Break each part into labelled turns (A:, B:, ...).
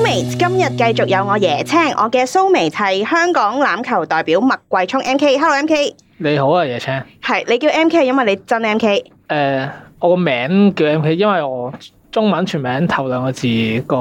A: 日繼續有我椰青，我嘅蘇眉係香港欖球代表麥桂聰 M K。Hello M K，
B: 你好啊，椰青。
A: 係你叫 M K 係因為你真 M K。
B: 誒、我個名叫 M K，因為我中文全名頭兩個字個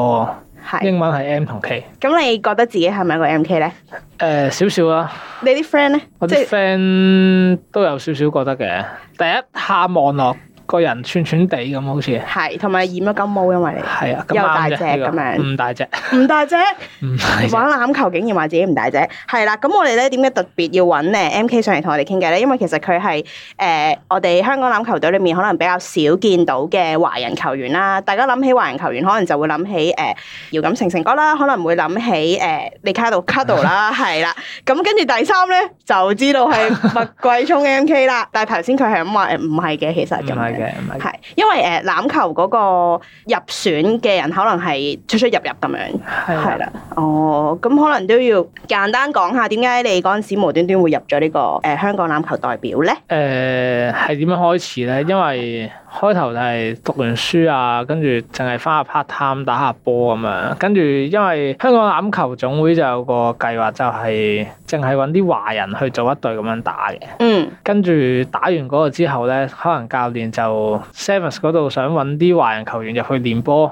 A: 係
B: 英文係 M 同 K。
A: 咁，你覺得自己係咪一個 M K 咧？
B: 誒、少少啦，
A: 你啲 friend 咧，
B: 我
A: 即
B: 啲
A: 係
B: friend 都有少少覺得嘅。第一下望落個人串串地咁，好似
A: 係同埋染咗金毛，因為你
B: 係啊，咁
A: 又大
B: 啱
A: 隻
B: 啫呢個
A: 咁樣
B: 唔大隻，
A: 唔啊大隻，
B: 唔大隻。
A: 玩欖球竟然話自己唔大隻，係啦。咁我哋咧點解特別要揾誒 M K 上嚟同我哋傾偈咧？因為其實佢係誒我哋香港欖球隊裏面可能比較少見到嘅華人球員啦。大家諗起華人球員，可能就會諗起誒、呃、姚錦成成哥啦，可能會諗起誒、呃、李卡度卡度 啦，係啦。咁跟住第三咧就知道係麥桂聰 M K 啦。但係頭先佢係咁話誒唔係嘅，其實
B: 唔
A: 咁
B: 係
A: 樣。
B: 嘅，唔係嘅。
A: 係，因為誒欖球嗰個入選嘅人可能係出出入入咁樣，係
B: 係啊啦，
A: 啦。哦，咁可能都要簡單講下點解你嗰陣時無端端會入咗呢、個誒、呃香港欖球代表咧？
B: 誒呃係點樣開始咧？因為開頭就係讀完書啊，跟住淨係翻下 part time 打下波咁樣，跟住因為香港欖球總會就有個計劃，就係淨係揾啲華人去做一隊咁樣打嘅。
A: 嗯，
B: 跟住打完嗰個之後咧，可能教練就 service 嗰度想揾啲華人球員入去練波，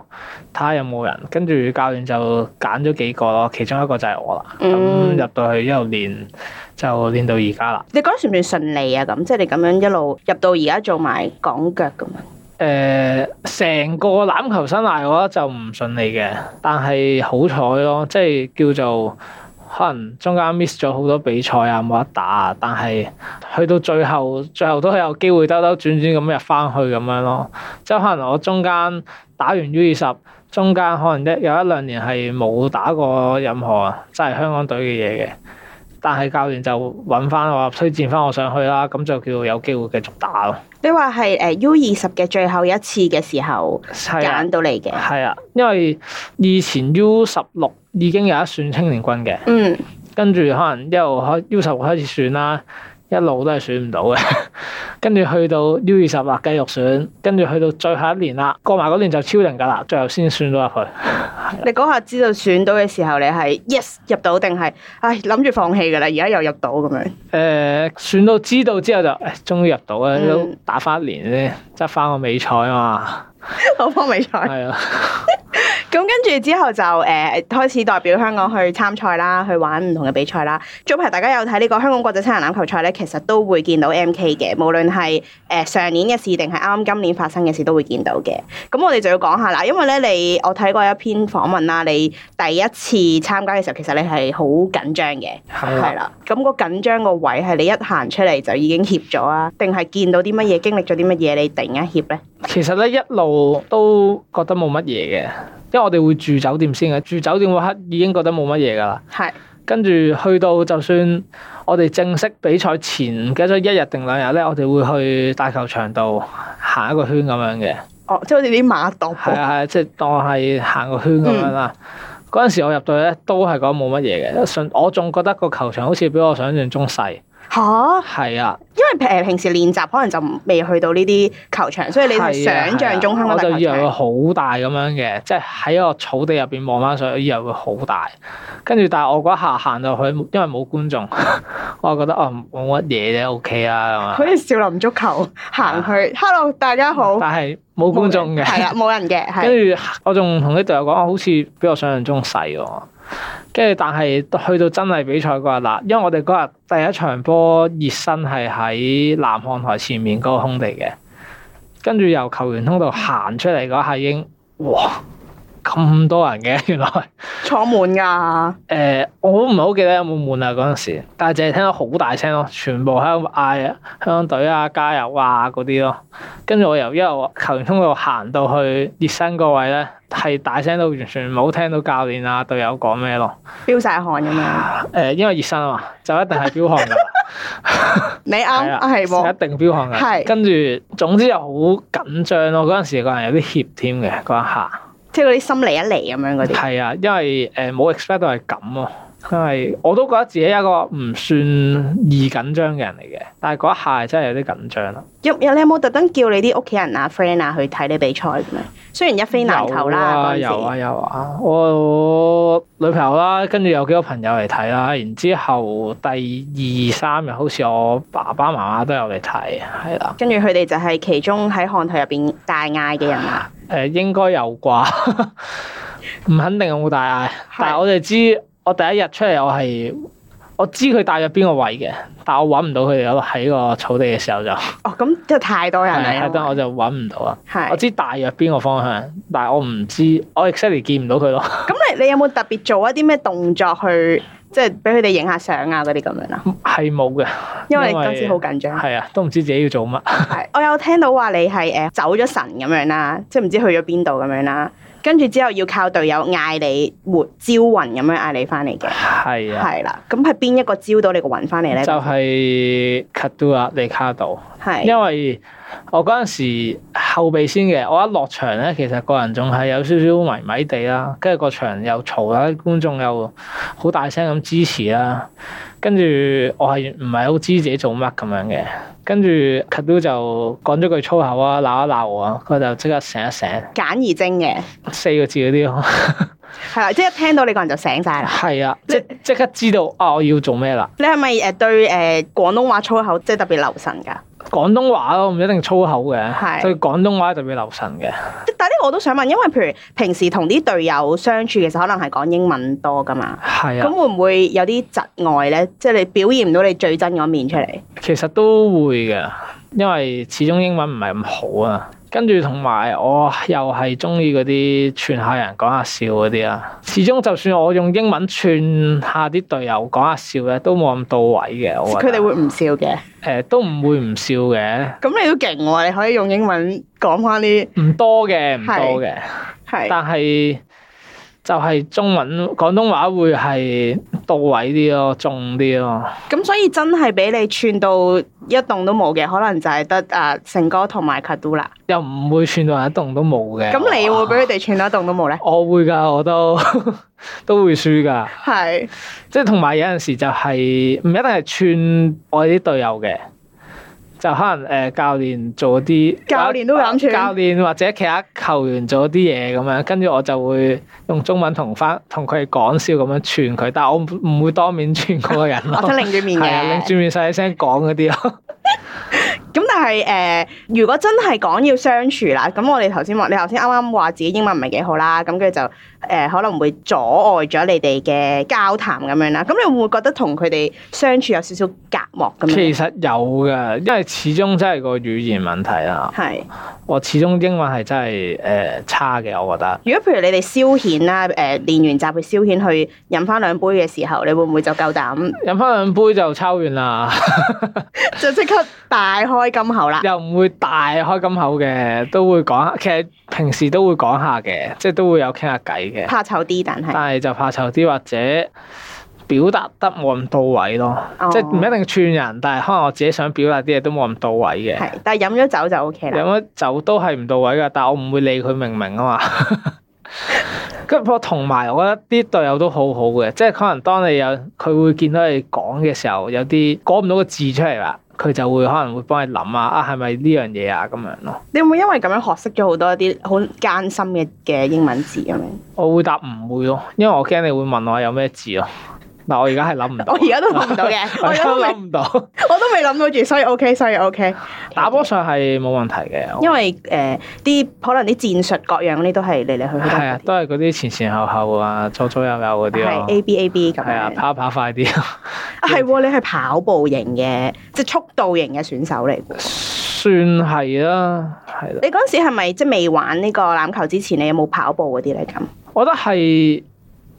B: 睇下有冇人。跟住教練就揀咗幾個咯，其中一個就係我啦。咁
A: 嗯
B: 入到去一路練，就練到而家啦。
A: 你覺得算唔算順利啊？咁即係你咁樣一路入到而家做埋港腳咁樣。
B: 誒成、個欖球生涯我覺得就唔順利嘅，但係好彩咯，即係叫做可能中間 miss 咗好多比賽啊，冇得打啊，但係去到最後，最後都係有機會兜兜轉轉咁入翻去咁樣咯。即係可能我中間打完 U 二十，中間可能一有一兩年係冇打過任何即係香港隊嘅嘢嘅。但係教練就揾翻我，推薦翻我上去啦，咁就叫有機會繼續打咯。
A: 你話係誒 U 二十嘅最後一次嘅時候
B: 係啊
A: 揀到你嘅，
B: 係啊，因為以前 U 十六已經有一選青年軍嘅，
A: 嗯，
B: 跟住可能一路開 U 十六開始選啦，一路都係選唔到嘅。 跟住去到 U 二十啦，繼續選，跟住去到最後一年啦，過埋嗰年就超齡㗎啦，最後先選到入去。
A: 你嗰下知道選到嘅時候，你係 yes 入到定係唉諗住放棄㗎啦，而家又入到咁樣。
B: 誒、選到知道之後就誒，終於入到啦，
A: 嗯
B: 都打翻一年咧，執翻個美賽啊
A: 我方美賽
B: 嘛，。係啊，
A: 咁跟住之後就誒、呃、開始代表香港去參賽啦，去玩唔同嘅比賽啦。早排大家有睇呢個香港國際七人欖球賽咧，其實都會見到 M K 嘅，無論係誒、呃上年嘅事定係啱啱今年發生嘅事都會見到嘅。咁我哋就要講下啦，因為咧你我睇過一篇訪問啦，你第一次參加嘅時候其實你係好緊張嘅，
B: 係
A: 係
B: 啦。
A: 啦。咁、個緊張個位係你一行出嚟就已經怯咗啊，定係見到啲乜嘢經歷咗啲乜嘢你突然間怯咧？
B: 其實咧一路都覺得冇乜嘢嘅，因為我哋會住酒店先嘅，住酒店嗰刻已經覺得冇乜嘢㗎啦。
A: 係
B: 跟住去到就算我哋正式比賽前唔記得咗一日定兩日咧，我哋會去大球場度行一個圈咁樣嘅，
A: 哦，即係好似啲馬踱步
B: 係啊係啊，即係當係行個圈咁樣啦。嗰陣、時我入到去咧都係講冇乜嘢嘅，信我仲覺得個球場好似比我想象中細，
A: 嚇
B: 係啊，
A: 因為誒平時練習可能就唔未去到呢啲球場，所以你
B: 係啊
A: 想象中
B: 係
A: 香港
B: 啊我
A: 大
B: 就
A: 球
B: 以為佢
A: 場
B: 好大咁樣嘅，即係喺個草地入邊望翻上去，以為會好大。跟住但係我嗰一下行到去，因為冇觀眾， 我就覺得哦冇乜嘢啫，OK 啊咁
A: 好
B: 啊。
A: 似少林足球行去，Hello 大家好，
B: 但係啊嗯冇觀眾嘅，
A: 係啦，冇人嘅，係
B: 跟住我仲同啲隊友講，啊好似比我想象中細喎。跟住但係去到真係比賽嗰日啦，因為我哋嗰日第一場波熱身係喺南看台前面嗰個空地嘅，跟住由球員通道行出嚟嗰下已經，哇！咁多人嘅原來，誒、
A: 坐滿啊㗎，
B: 呃我都唔係好記得有冇悶啊嗰陣時，但係淨係聽到好大聲咯，全部喺度嗌香港隊啊加油啊嗰啲咯，跟住我由一路球員通道行到去熱身嗰位咧，係大聲到完全冇聽到教練啊隊友講咩咯。
A: 飆晒汗咁樣，
B: 誒、因為熱身啊嘛，就一定係飆 汗㗎啦，
A: 你
B: 係
A: 啱
B: 啦
A: 啊，係喎，
B: 一定飆汗㗎。
A: 係
B: 跟住總之就好緊張咯。嗰陣時個人有啲怯添嘅嗰一下，
A: 即係嗰啲心嚟一嚟咁樣嗰啲，
B: 係啊，因為誒冇 expect 呃到係咁喎。因為我都覺得自己一個唔算易緊張嘅人嚟嘅，但係嗰一下係真係有啲緊張啦。
A: 有有你有冇特登叫你啲屋企人啊 friend 啊去睇你比賽咁樣？雖然一飛難求啦嗰陣
B: 有啊有
A: 時，
B: 啊有啊！我女朋友啦，跟住有幾個朋友嚟睇啦，然之後第二三日好似我爸爸媽媽都有嚟睇，係啦。
A: 跟住佢哋就係其中喺看台入邊大嗌嘅人啊，
B: 誒、應該有啩，唔肯定有冇大嗌，但係我哋知我第一日出嚟我係。我知佢大約邊個位嘅，但我揾唔到佢哋有喺個草地嘅時候就，
A: 哦咁即係太多人啦，
B: 係
A: 因為
B: 但我就揾唔到啦。
A: 係。
B: 我知大約邊個方向，但係我唔知，我 exactly 見唔到佢咯。
A: 咁你你有冇特別做一啲咩動作去即係俾佢哋影下相啊嗰啲咁樣啊？
B: 係冇嘅，
A: 因為你
B: 因為
A: 嗰時好緊張。
B: 係啊，都唔知自己要做乜。
A: 係，我有聽到話你係誒走咗神咁樣啦，即係唔知去咗邊度咁樣啦，跟住之後要靠隊友嗌你活招魂咁樣嗌你翻嚟嘅，
B: 係啊，
A: 係啦，咁係邊一個招到你個魂翻嚟咧？
B: 就係 Kadua 利卡度，
A: 係
B: 因為我嗰陣時後備先嘅，我一落場咧，其實個人仲係有少少迷迷地啦，跟住個場又嘈啦，觀眾又好大聲咁支持啦，跟住我係唔係好知自己做乜咁樣嘅，跟住 Kadua 就講咗句粗口啊，鬧一鬧我啊，佢就即刻醒一醒，
A: 簡而精嘅，
B: 四個字嗰啲咯。
A: 係啦，即係一聽到你個人就醒晒啦。
B: 係啊，即
A: 你
B: 即刻知道啊，我要做咩啦。
A: 你係咪誒對誒廣東話粗口即係特別留神㗎？
B: 廣東話咯，唔一定粗口
A: 係
B: 嘅，對廣東話特別留神嘅。
A: 但係呢個我都想問，因為譬如平時同啲隊友相處，其實可能係講英文多㗎嘛，
B: 係
A: 咁
B: 啊，
A: 會唔會有啲窒礙咧？即係你表現唔到你最真嗰面出嚟，
B: 其實都會嘅，因為始終英文唔係咁好啊。跟住同埋我又係中意嗰啲串下人講下笑嗰啲啊。始終就算我用英文串下啲隊友講下笑咧，都冇咁啊到位嘅。我
A: 佢
B: 覺
A: 哋
B: 得
A: 會唔笑嘅。
B: 誒都唔會唔笑嘅，
A: 咁你都勁喎，你可以用英文講翻啲
B: 唔多嘅，唔
A: 係
B: 多嘅。
A: 係
B: 但係就係中文廣東話會係到位啲咯，重啲咯。
A: 咁，所以真係俾你串到一棟都冇嘅，可能就係得啊成哥同埋 Kadu 啦。
B: 又唔會串到人一棟都冇嘅。
A: 咁你會俾佢哋串到一棟都冇咧？
B: 我會㗎，我都 都會輸㗎。
A: 係
B: 即係同埋有陣時就係唔一定係串我啲隊友嘅，就可能誒、呃教練做啲
A: 教練都會咁串
B: 教練或者其他球員做啲嘢咁樣，跟住我就會用中文同翻同佢哋講笑咁樣串佢，但係我唔唔會當面串嗰個人
A: 我
B: 咯。
A: 真擰住面
B: 係啊，擰
A: 嘅。
B: 住面細聲講嗰啲咯。
A: 咁但係誒、呃如果真係講要相處啦，咁我哋頭先話，你頭先啱啱話自己英文唔係幾好啦，咁跟住就誒、呃可能會阻礙咗你哋嘅交談咁樣啦。咁你會唔會覺得同佢哋相處有少少隔膜咁樣？
B: 其實有噶，因為始終真係個語言問題啦。
A: 係。
B: 我始終英文係真係誒、呃差嘅，我覺得。
A: 如果譬如你哋消遣啦，誒、練完習去消遣去飲翻兩杯嘅時候，你會唔會就夠 膽
B: 飲翻兩杯就抽完啦，
A: 就即刻大開金口啦？
B: 又唔會大開金口嘅，都會講。其實平時都會講下嘅，即係都 會有傾下偈嘅，
A: 怕醜啲，但
B: 但
A: 係
B: 係就怕醜啲或者表達得冇咁到位咯。
A: 哦
B: 即係唔一定串人，但係可能我自己想表達啲嘢都冇咁到位嘅。
A: 係，但係飲咗酒就 O K 啦。
B: 飲咗酒都係唔到位㗎，但我唔會理佢明唔明 啊嘛。跟住我同埋，我覺得啲隊友都好好嘅，即係可能當你有佢會見到你講嘅時候，有啲講唔到個字出嚟啦，佢就會可能會幫你諗啊，啊係咪呢樣嘢啊咁樣咯。
A: 你會唔會因為咁樣學識咗好多一啲好艱辛嘅嘅英文字咁樣？
B: 我會答唔會咯，因為我驚你會問我有咩字咯。 嗱，我而家係諗唔
A: 我
B: 到，，
A: 而家都諗唔到嘅我
B: 我
A: 而家
B: 而家
A: 都
B: 都
A: 未，
B: 諗唔 到。
A: 我都未諗到住，所以 O K，所以 O K。
B: 打波上係冇問題 嘅，
A: 因為誒啲、可能啲戰術各樣嗰啲都係嚟嚟去去都
B: 係
A: 係
B: 啊，都係嗰啲前前後後啊，左左右右嗰啲
A: 係
B: 咯。
A: A B A B 咁
B: 係啊，
A: 樣。
B: 跑一跑快啲。
A: 啊係喎，你係跑步型嘅，即係速度型嘅選手嚟㗎喎。
B: 算係啦，係啦，
A: 你嗰陣時係咪即係未玩呢個欖球之前，你有冇跑步嗰啲咧？咁
B: 我覺得係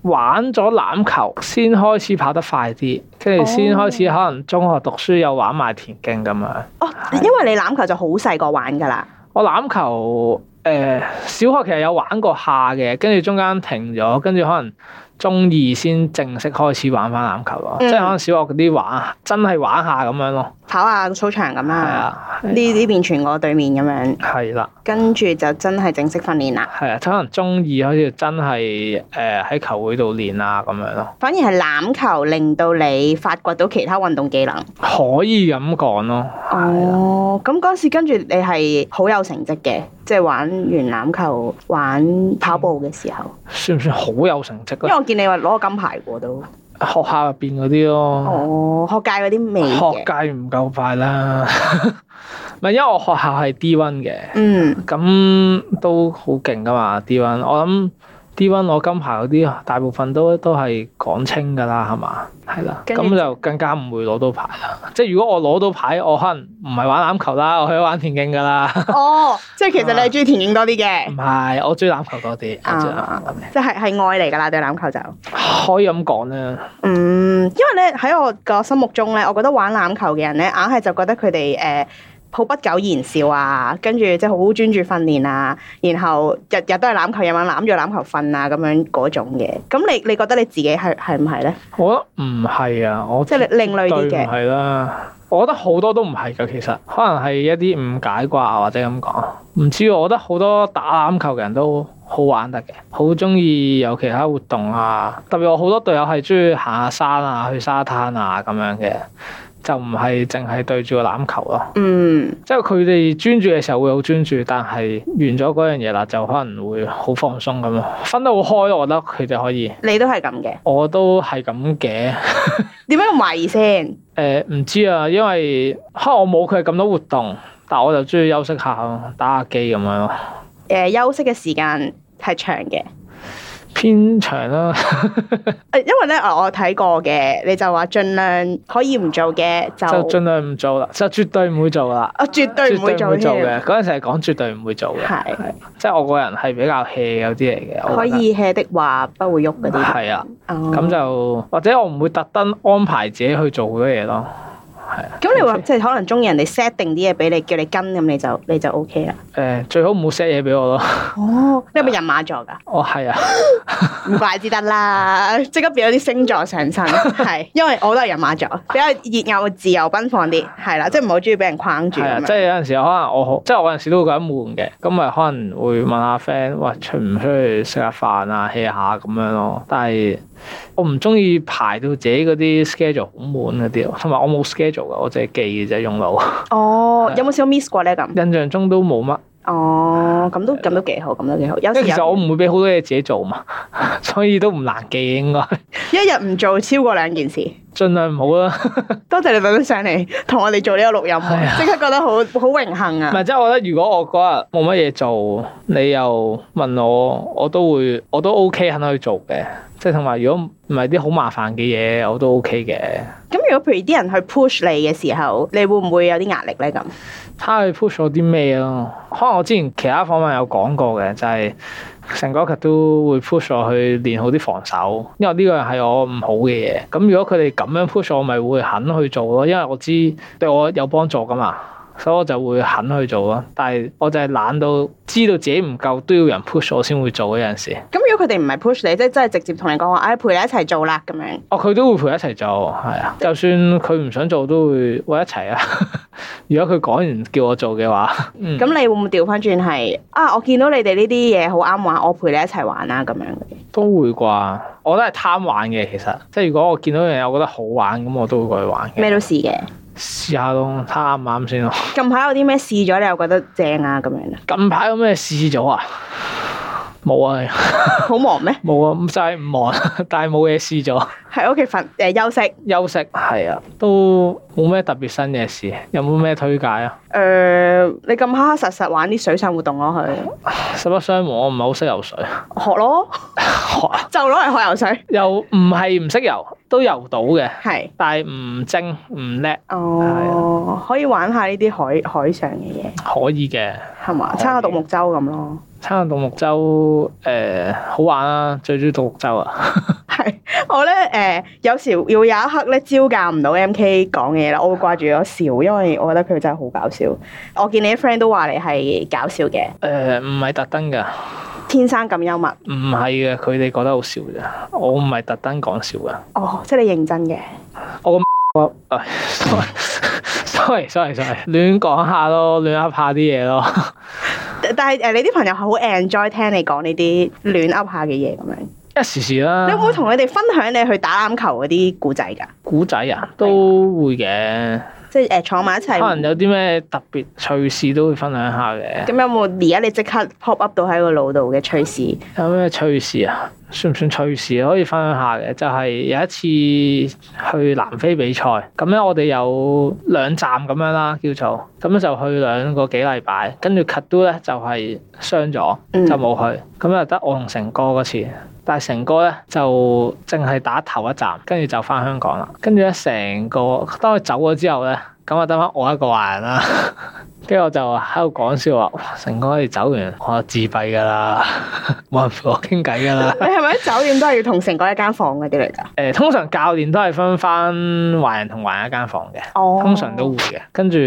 B: 玩咗欖球先開始跑得快啲，
A: 哦
B: 跟住先開始可能中學讀書又玩埋田徑咁樣。
A: 哦，因為你欖球就好細個玩㗎啦，
B: 我呃欖球誒、小學其實有玩過下嘅，跟住中間停咗，跟住可能中二先正式開始玩翻籃球咯，
A: 嗯
B: 即係可能小學嗰啲玩，真係玩下咁樣咯，
A: 跑下個操場咁
B: 係
A: 啊，
B: 啊，
A: 呢呢邊傳過對面咁樣，
B: 係啦，
A: 跟住就真係正式訓練啦。
B: 係啊，可能中二開始真係誒喺球會度練啊咁樣咯，
A: 反而係欖球令到你發掘到其他運動技能。
B: 可以咁講咯，
A: 哦，咁嗰時跟住你係好有成績嘅，即係玩完欖球、玩跑步嘅時候，
B: 算唔算好有成
A: 因
B: 績
A: 為？
B: 咧
A: 我見你話攞個金牌過都。
B: 學校入邊嗰啲咯，
A: 哦，學界嗰啲未
B: 學
A: 嘅。
B: 界唔夠快啦， 咪因為我學校係 D one 嘅。
A: 嗯，
B: 咁都好勁噶嘛，D1，我諗 D1 攞金牌嗰啲大部分都都係港青噶啦，係嘛？係啦，
A: 跟住
B: 咁就更加唔會攞到牌啦。即係如果我攞到牌，我可能唔係玩籃球啦，我去玩田徑噶啦。
A: 哦，即係其實你係中意田徑多啲嘅
B: 唔，係，我追籃球多啲，我追籃
A: 啊
B: 球多啲
A: 即係係愛嚟㗎啦，對欖球就。
B: 可以咁講咧，
A: 嗯，因為咧喺我個心目中咧，我覺得玩欖球嘅人咧，硬係就覺得佢哋誒好不苟言笑啊，跟住即係好專注訓練啊，然後日日都係欖球，夜晚攬住欖球瞓啊咁樣嗰種嘅。咁你你覺得你自己係係唔係咧？
B: 我覺得唔係啊，我
A: 即係你另類
B: 對
A: 啲
B: 唔
A: 嘅。
B: 係啦。我覺得好多都唔係㗎，其實可能係一啲誤解啩，或者咁講。唔知喎我覺得好多打籃球嘅人都好玩得嘅，好中意有其他活動啊。特別我好多隊友係中意行下山啊，去沙灘啊咁樣嘅，就唔係淨係對住個籃球咯。
A: 嗯，
B: 即係佢哋專注嘅時候會好專注，但係完咗嗰樣嘢啦，就可能會好放鬆咁咯。分得好開咯，我覺得佢哋可以。
A: 你都係咁嘅。
B: 我都係咁嘅。
A: 點解咁懷疑先？
B: 誒唔、知啊，因為可能我冇佢咁多活動，但我就中意休息下咯，打下機咁樣咯，
A: 誒、呃休息嘅時間係長嘅。
B: 偏長啦。
A: 誒因為咧，我我睇過嘅，你就話盡量可以唔做嘅就，
B: 就盡量唔做啦，就絕對唔會做啦，
A: 我絕對
B: 絕
A: 唔會
B: 對唔會
A: 做
B: 做
A: 添
B: 嘅。嗰陣時係講絕對唔會做嘅，
A: 係
B: 即係我個人係比較 hea 有啲嚟嘅。我
A: 可
B: 覺得
A: 以 hea 的話不會喐嗰啲。
B: 係啊，
A: 哦
B: 咁就或者我唔會特登安排自己去做好多嘢咯。
A: 咁你話即係可能中意人哋 set 定啲嘢俾你，叫你跟咁你就你就 O K 啦。
B: 誒、最好唔好 set 嘢俾我咯。
A: 哦，你係咪人馬座㗎？
B: 我係啊，
A: 唔怪之得 啦，即刻變咗啲星座上身，係因為我都係人馬座，比較熱拗、自由奔放啲，係啦，即係唔係好中意俾人框住
B: 係啊，
A: 咁
B: 即
A: 樣。
B: 係有陣時可能我好，即係我有陣時都會覺得悶嘅，咁咪可能會問下 friend，喂出唔出去食下飯啊，hea 下咁樣咯。但係我唔中意排到自己嗰啲 schedule 好滿嗰啲咯，同埋我冇 schedule 嘅，我淨係記嘅啫，用腦。 啊
A: 哦，有冇少 miss 過咧咁？
B: 印象中都冇乜，
A: 哦，咁都咁都幾好，咁都幾好。有
B: 因
A: 時
B: 為其實我
A: 有
B: 唔會俾好多嘢自己做嘛， 所以都唔難記嘅應該，
A: 一日唔做超過兩件事。
B: 盡量唔好啦。
A: 多謝你特登上嚟同我哋做呢個錄
B: 係
A: 音，
B: 啊
A: 即刻覺得好好榮幸
B: 唔
A: 啊！
B: 係，即係我覺得如果我嗰日冇乜嘢做，你又問我，我都會我都 OK 肯去做嘅。即係同埋，如果唔係啲好麻煩嘅嘢，我都 OK 嘅。
A: 咁如果譬如啲人去 push 你嘅時候，你會唔會有啲壓力咧咁？
B: 睇下佢 push 我啲咩咯。可能我之前其他訪問有講過嘅，就係成個日都會 push 我去練好啲防守，因為呢個係我唔好嘅嘢。咁如果佢哋咁樣 push 我，咪會肯去做咯，因為我知對我有幫助噶嘛。所以我就會肯去做咯，但係我就係懶到知道自己唔夠，都要人 push 我先會做嗰陣時。
A: 咁如果佢哋唔係 push 你，即係真係直接同你講話，哎唉、陪你一齊做啦咁樣。
B: 哦，佢都會陪我一齊做，係啊，就算佢唔想做都會喂一齊啊。 如果佢講完叫我做嘅話，嗯，
A: 咁、你會唔會調翻轉係啊？我見到你哋呢啲嘢好啱玩，我陪你一齊玩啦咁樣。
B: 都會啩。我都係貪玩嘅，其實即係如果我見到樣嘢我覺得好玩，咁我都會過去玩嘅。
A: 咩都試嘅。
B: 試下咯，睇下啱唔啱先咯。
A: 近排有啲咩試咗，你又覺得正啊咁樣啊？
B: 近排有咩試咗啊？冇啊，
A: 好忙 咩？
B: 冇啊，就係唔忙， 但係冇嘢試咗。
A: 喺屋企瞓誒休息。誒、
B: 休息係啊，都冇咩特別新嘅事，有冇咩推介啊？
A: 你咁黑黑實實玩啲水上活動咯，去
B: 實不相瞞，我唔係好識游水，
A: 學咯，
B: 學啊
A: 就攞嚟學游水。
B: 又唔係唔識游，都游到嘅，
A: 係。
B: 但係唔精唔叻，
A: 哦，可以玩下呢啲海海上嘅嘢，
B: 可以嘅。
A: 係嘛？
B: 可以
A: 參加獨木舟咁咯。
B: 參加獨木舟誒、呃好玩啊，最中意獨木舟啊！
A: 係， 我咧誒、有時要有一刻咧招架唔到 M K 講嘅嘢啦，我會掛住咗笑，因為我覺得佢
B: 呃
A: 真係好搞笑。我見你啲 friend 都話你係搞笑嘅，
B: 誒唔係特登㗎，
A: 天生咁幽默？
B: 唔係嘅，佢哋覺得好笑啫。我唔係特登講笑嘅。
A: 哦，即係你認真嘅。
B: 我唉，sorry sorry sorry，亂講下咯，亂噏下啲嘢咯。
A: 但但係誒，呃你啲朋友係好 enjoy 聽你講呢啲亂噏下嘅嘢咁樣。
B: 一時時啦。
A: 你有冇同佢哋分享你去打籃球嗰啲故仔㗎？
B: 古仔啊？都會嘅，
A: 即係誒坐埋一齊。
B: 可能有啲咩特別趣事都會分享下嘅。
A: 咁有冇而家你即刻 pop up 到喺個腦度嘅趣事？
B: 有咩趣事啊？算唔算趣事？可以分享下嘅，就係、有一次去南非比賽，咁咧我哋有兩站咁樣啦，叫做咁就去兩個幾禮拜，跟住 cut 都咧就係傷咗，
A: 嗯
B: 就冇去，咁就得我同成哥嗰次。但係成哥咧就淨係打頭一站，跟住就翻香港啦。跟住咧成個當佢走咗之後咧，咁啊得翻我一個華人啦。 跟住我就喺度講笑話，哇成哥你走完我就自閉㗎啦，冇人陪我傾偈㗎 啦。
A: 你係咪喺酒店都係要同成個一間房嗰啲嚟㗎？
B: 誒、通常教練都係分翻華人同華人一間房嘅，
A: 哦
B: 通常都會嘅。跟住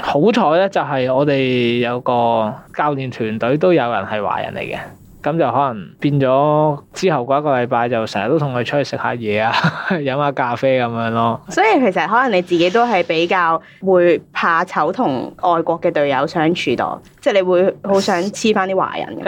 B: 好彩咧，就係我哋有個教練團隊都有人係華人嚟嘅，咁就可能變咗之後嗰一個禮拜就成日都同佢出去食下嘢啊， 飲下咖啡咁樣咯。
A: 所以其實可能你自己都係比較會怕醜同外國嘅隊友相處多，即係你會好想黐翻啲華人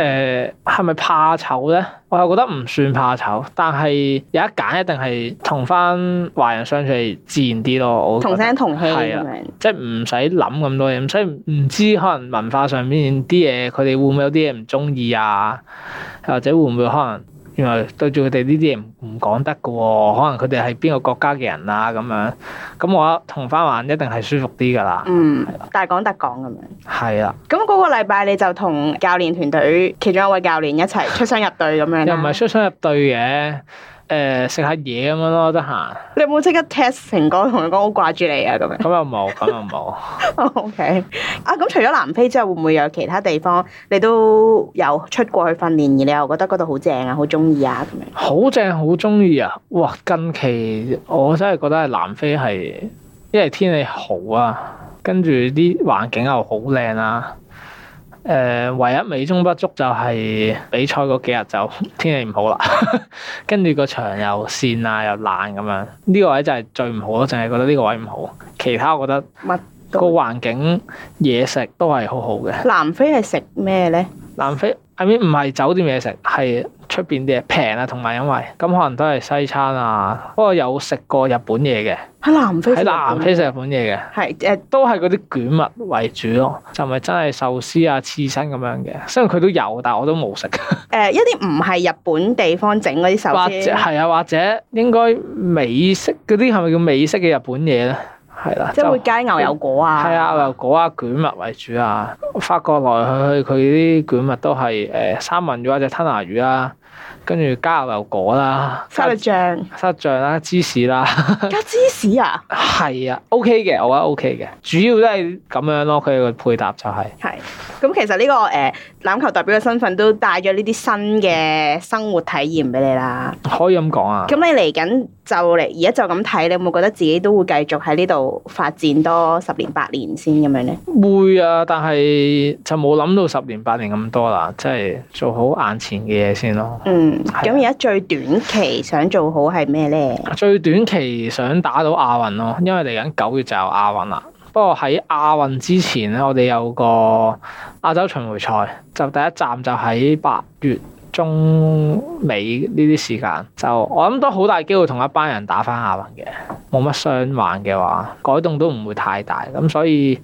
A: 咁。
B: 誒係咪怕醜咧？我又覺得唔算怕醜，但係有一揀一定係同翻華人相處係自然啲咯。我覺
A: 同
B: 得
A: 聲同氣咁
B: 係啊
A: 樣，
B: 即係唔使諗咁多嘢，唔使唔知可能文化上面啲嘢，佢哋會唔會有啲嘢唔中意啊？或者會唔會可能原來對住佢哋呢啲嘢唔唔講得嘅喎？可能佢哋係邊個國家嘅人啊咁樣，咁我覺得同翻玩一定係舒服啲㗎啦，
A: 嗯，大講特講咁樣。
B: 係啦，
A: 咁嗰個禮拜你就同教練團隊其中一位教練一齊出雙入對咁樣
B: 又唔係
A: 啦。
B: 出雙入對嘅，誒食下嘢咁樣咯，得閒
A: 你有冇即刻 test 成哥同佢講好掛住你啊咁樣
B: 咁又冇，咁又冇。
A: ？OK 啊，咁除咗南非之後，會唔會有其他地方你都有出過去訓練，而你又覺得嗰度好正啊，好中意啊咁樣？
B: 好正，好中意啊！哇，近期我真係覺得係南非係，因為天氣好啊，跟住啲環境又好靚啦。誒、唯一美中不足就係比賽嗰幾日就 天氣唔好啦，跟住個場又跣啊又爛咁樣，呢、個位就係最唔好咯，淨係覺得呢個位唔好，其他我覺得
A: 乜
B: 個環境嘢食都係好好嘅。
A: 南非係食咩咧？
B: 南非 I mean 唔係酒店嘢食，係出邊啲嘢平啊，同埋因為咁可能都係西餐啊。不過有食過日本嘢嘅，
A: 喺南非食
B: 喺
A: 日本
B: 南非食日本嘢嘅，
A: 啊係誒
B: 都係嗰啲卷物為主咯，就唔係真係壽司啊、刺身咁樣嘅。雖然佢都有，但我都冇食。
A: 誒一啲唔係日本地方整嗰啲
B: 或
A: 壽
B: 者
A: 司，
B: 係啊，或者應該美式嗰啲係咪叫美式嘅日本嘢咧？係啦，
A: 即係會
B: 就
A: 加牛油果啊，
B: 係啊，牛油果啊、卷物為主啊。法國來去去佢啲卷物都係誒、呃三文魚或者吞拿魚啦，跟住加牛油果啦、
A: 沙律 醬
B: 加沙醬啦、芝士啦，
A: 加芝士啊，
B: 係啊，OK 嘅，我覺得 OK 嘅。主要都係咁樣咯，佢個配搭就係、
A: 係。咁其實呢個誒籃球代表嘅身份都帶咗呢啲新嘅生活體驗俾你啦。
B: 可以咁講啊。
A: 咁你嚟緊就嚟而家就咁睇，你有冇覺得自己都會繼續喺呢度發展多十年八年先咁樣咧？
B: 會啊，但係就冇諗到十年八年咁多啦，即係做好眼前嘅嘢先咯。
A: 嗯，
B: 係啊
A: 咁而家最短期想做好係咩咧？
B: 最短期想打到亞運咯，因為嚟緊九月就有亞運啦。不過喺亞運之前咧，我哋有個亞洲巡迴賽，就第一站就喺八月中尾呢啲時間，就我諗都好大機會同一班人打翻亞運嘅，冇乜傷患嘅話，改動都唔會太大，咁所以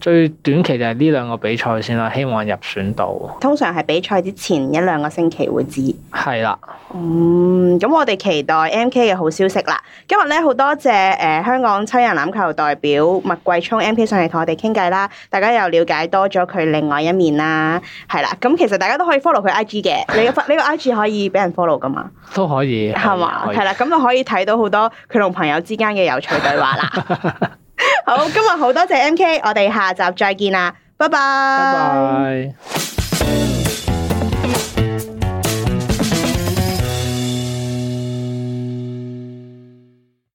B: 最短期就係呢兩個比賽先啦，希望入選到，
A: 通常係比賽之前一兩個星期會知。
B: 係啦。
A: 嗯，咁我哋期待 M K 嘅好消息啦。今日咧好多謝誒、呃香港七人欖球代表麥桂聰 M K 上嚟同我哋傾偈啦，大家又了解多咗佢另外一面啦，係啦。咁其實大家都可以 follow 佢 I G 嘅，你嘅你個 I G 可以俾人 follow 噶嘛，
B: 都可以，
A: 啊係嘛？
B: 可以
A: 係啦，咁就可以睇到好多佢同朋友之間嘅有趣對話 啦。好，今日好多謝 M K，我哋下集再見啦，拜拜
B: 拜拜。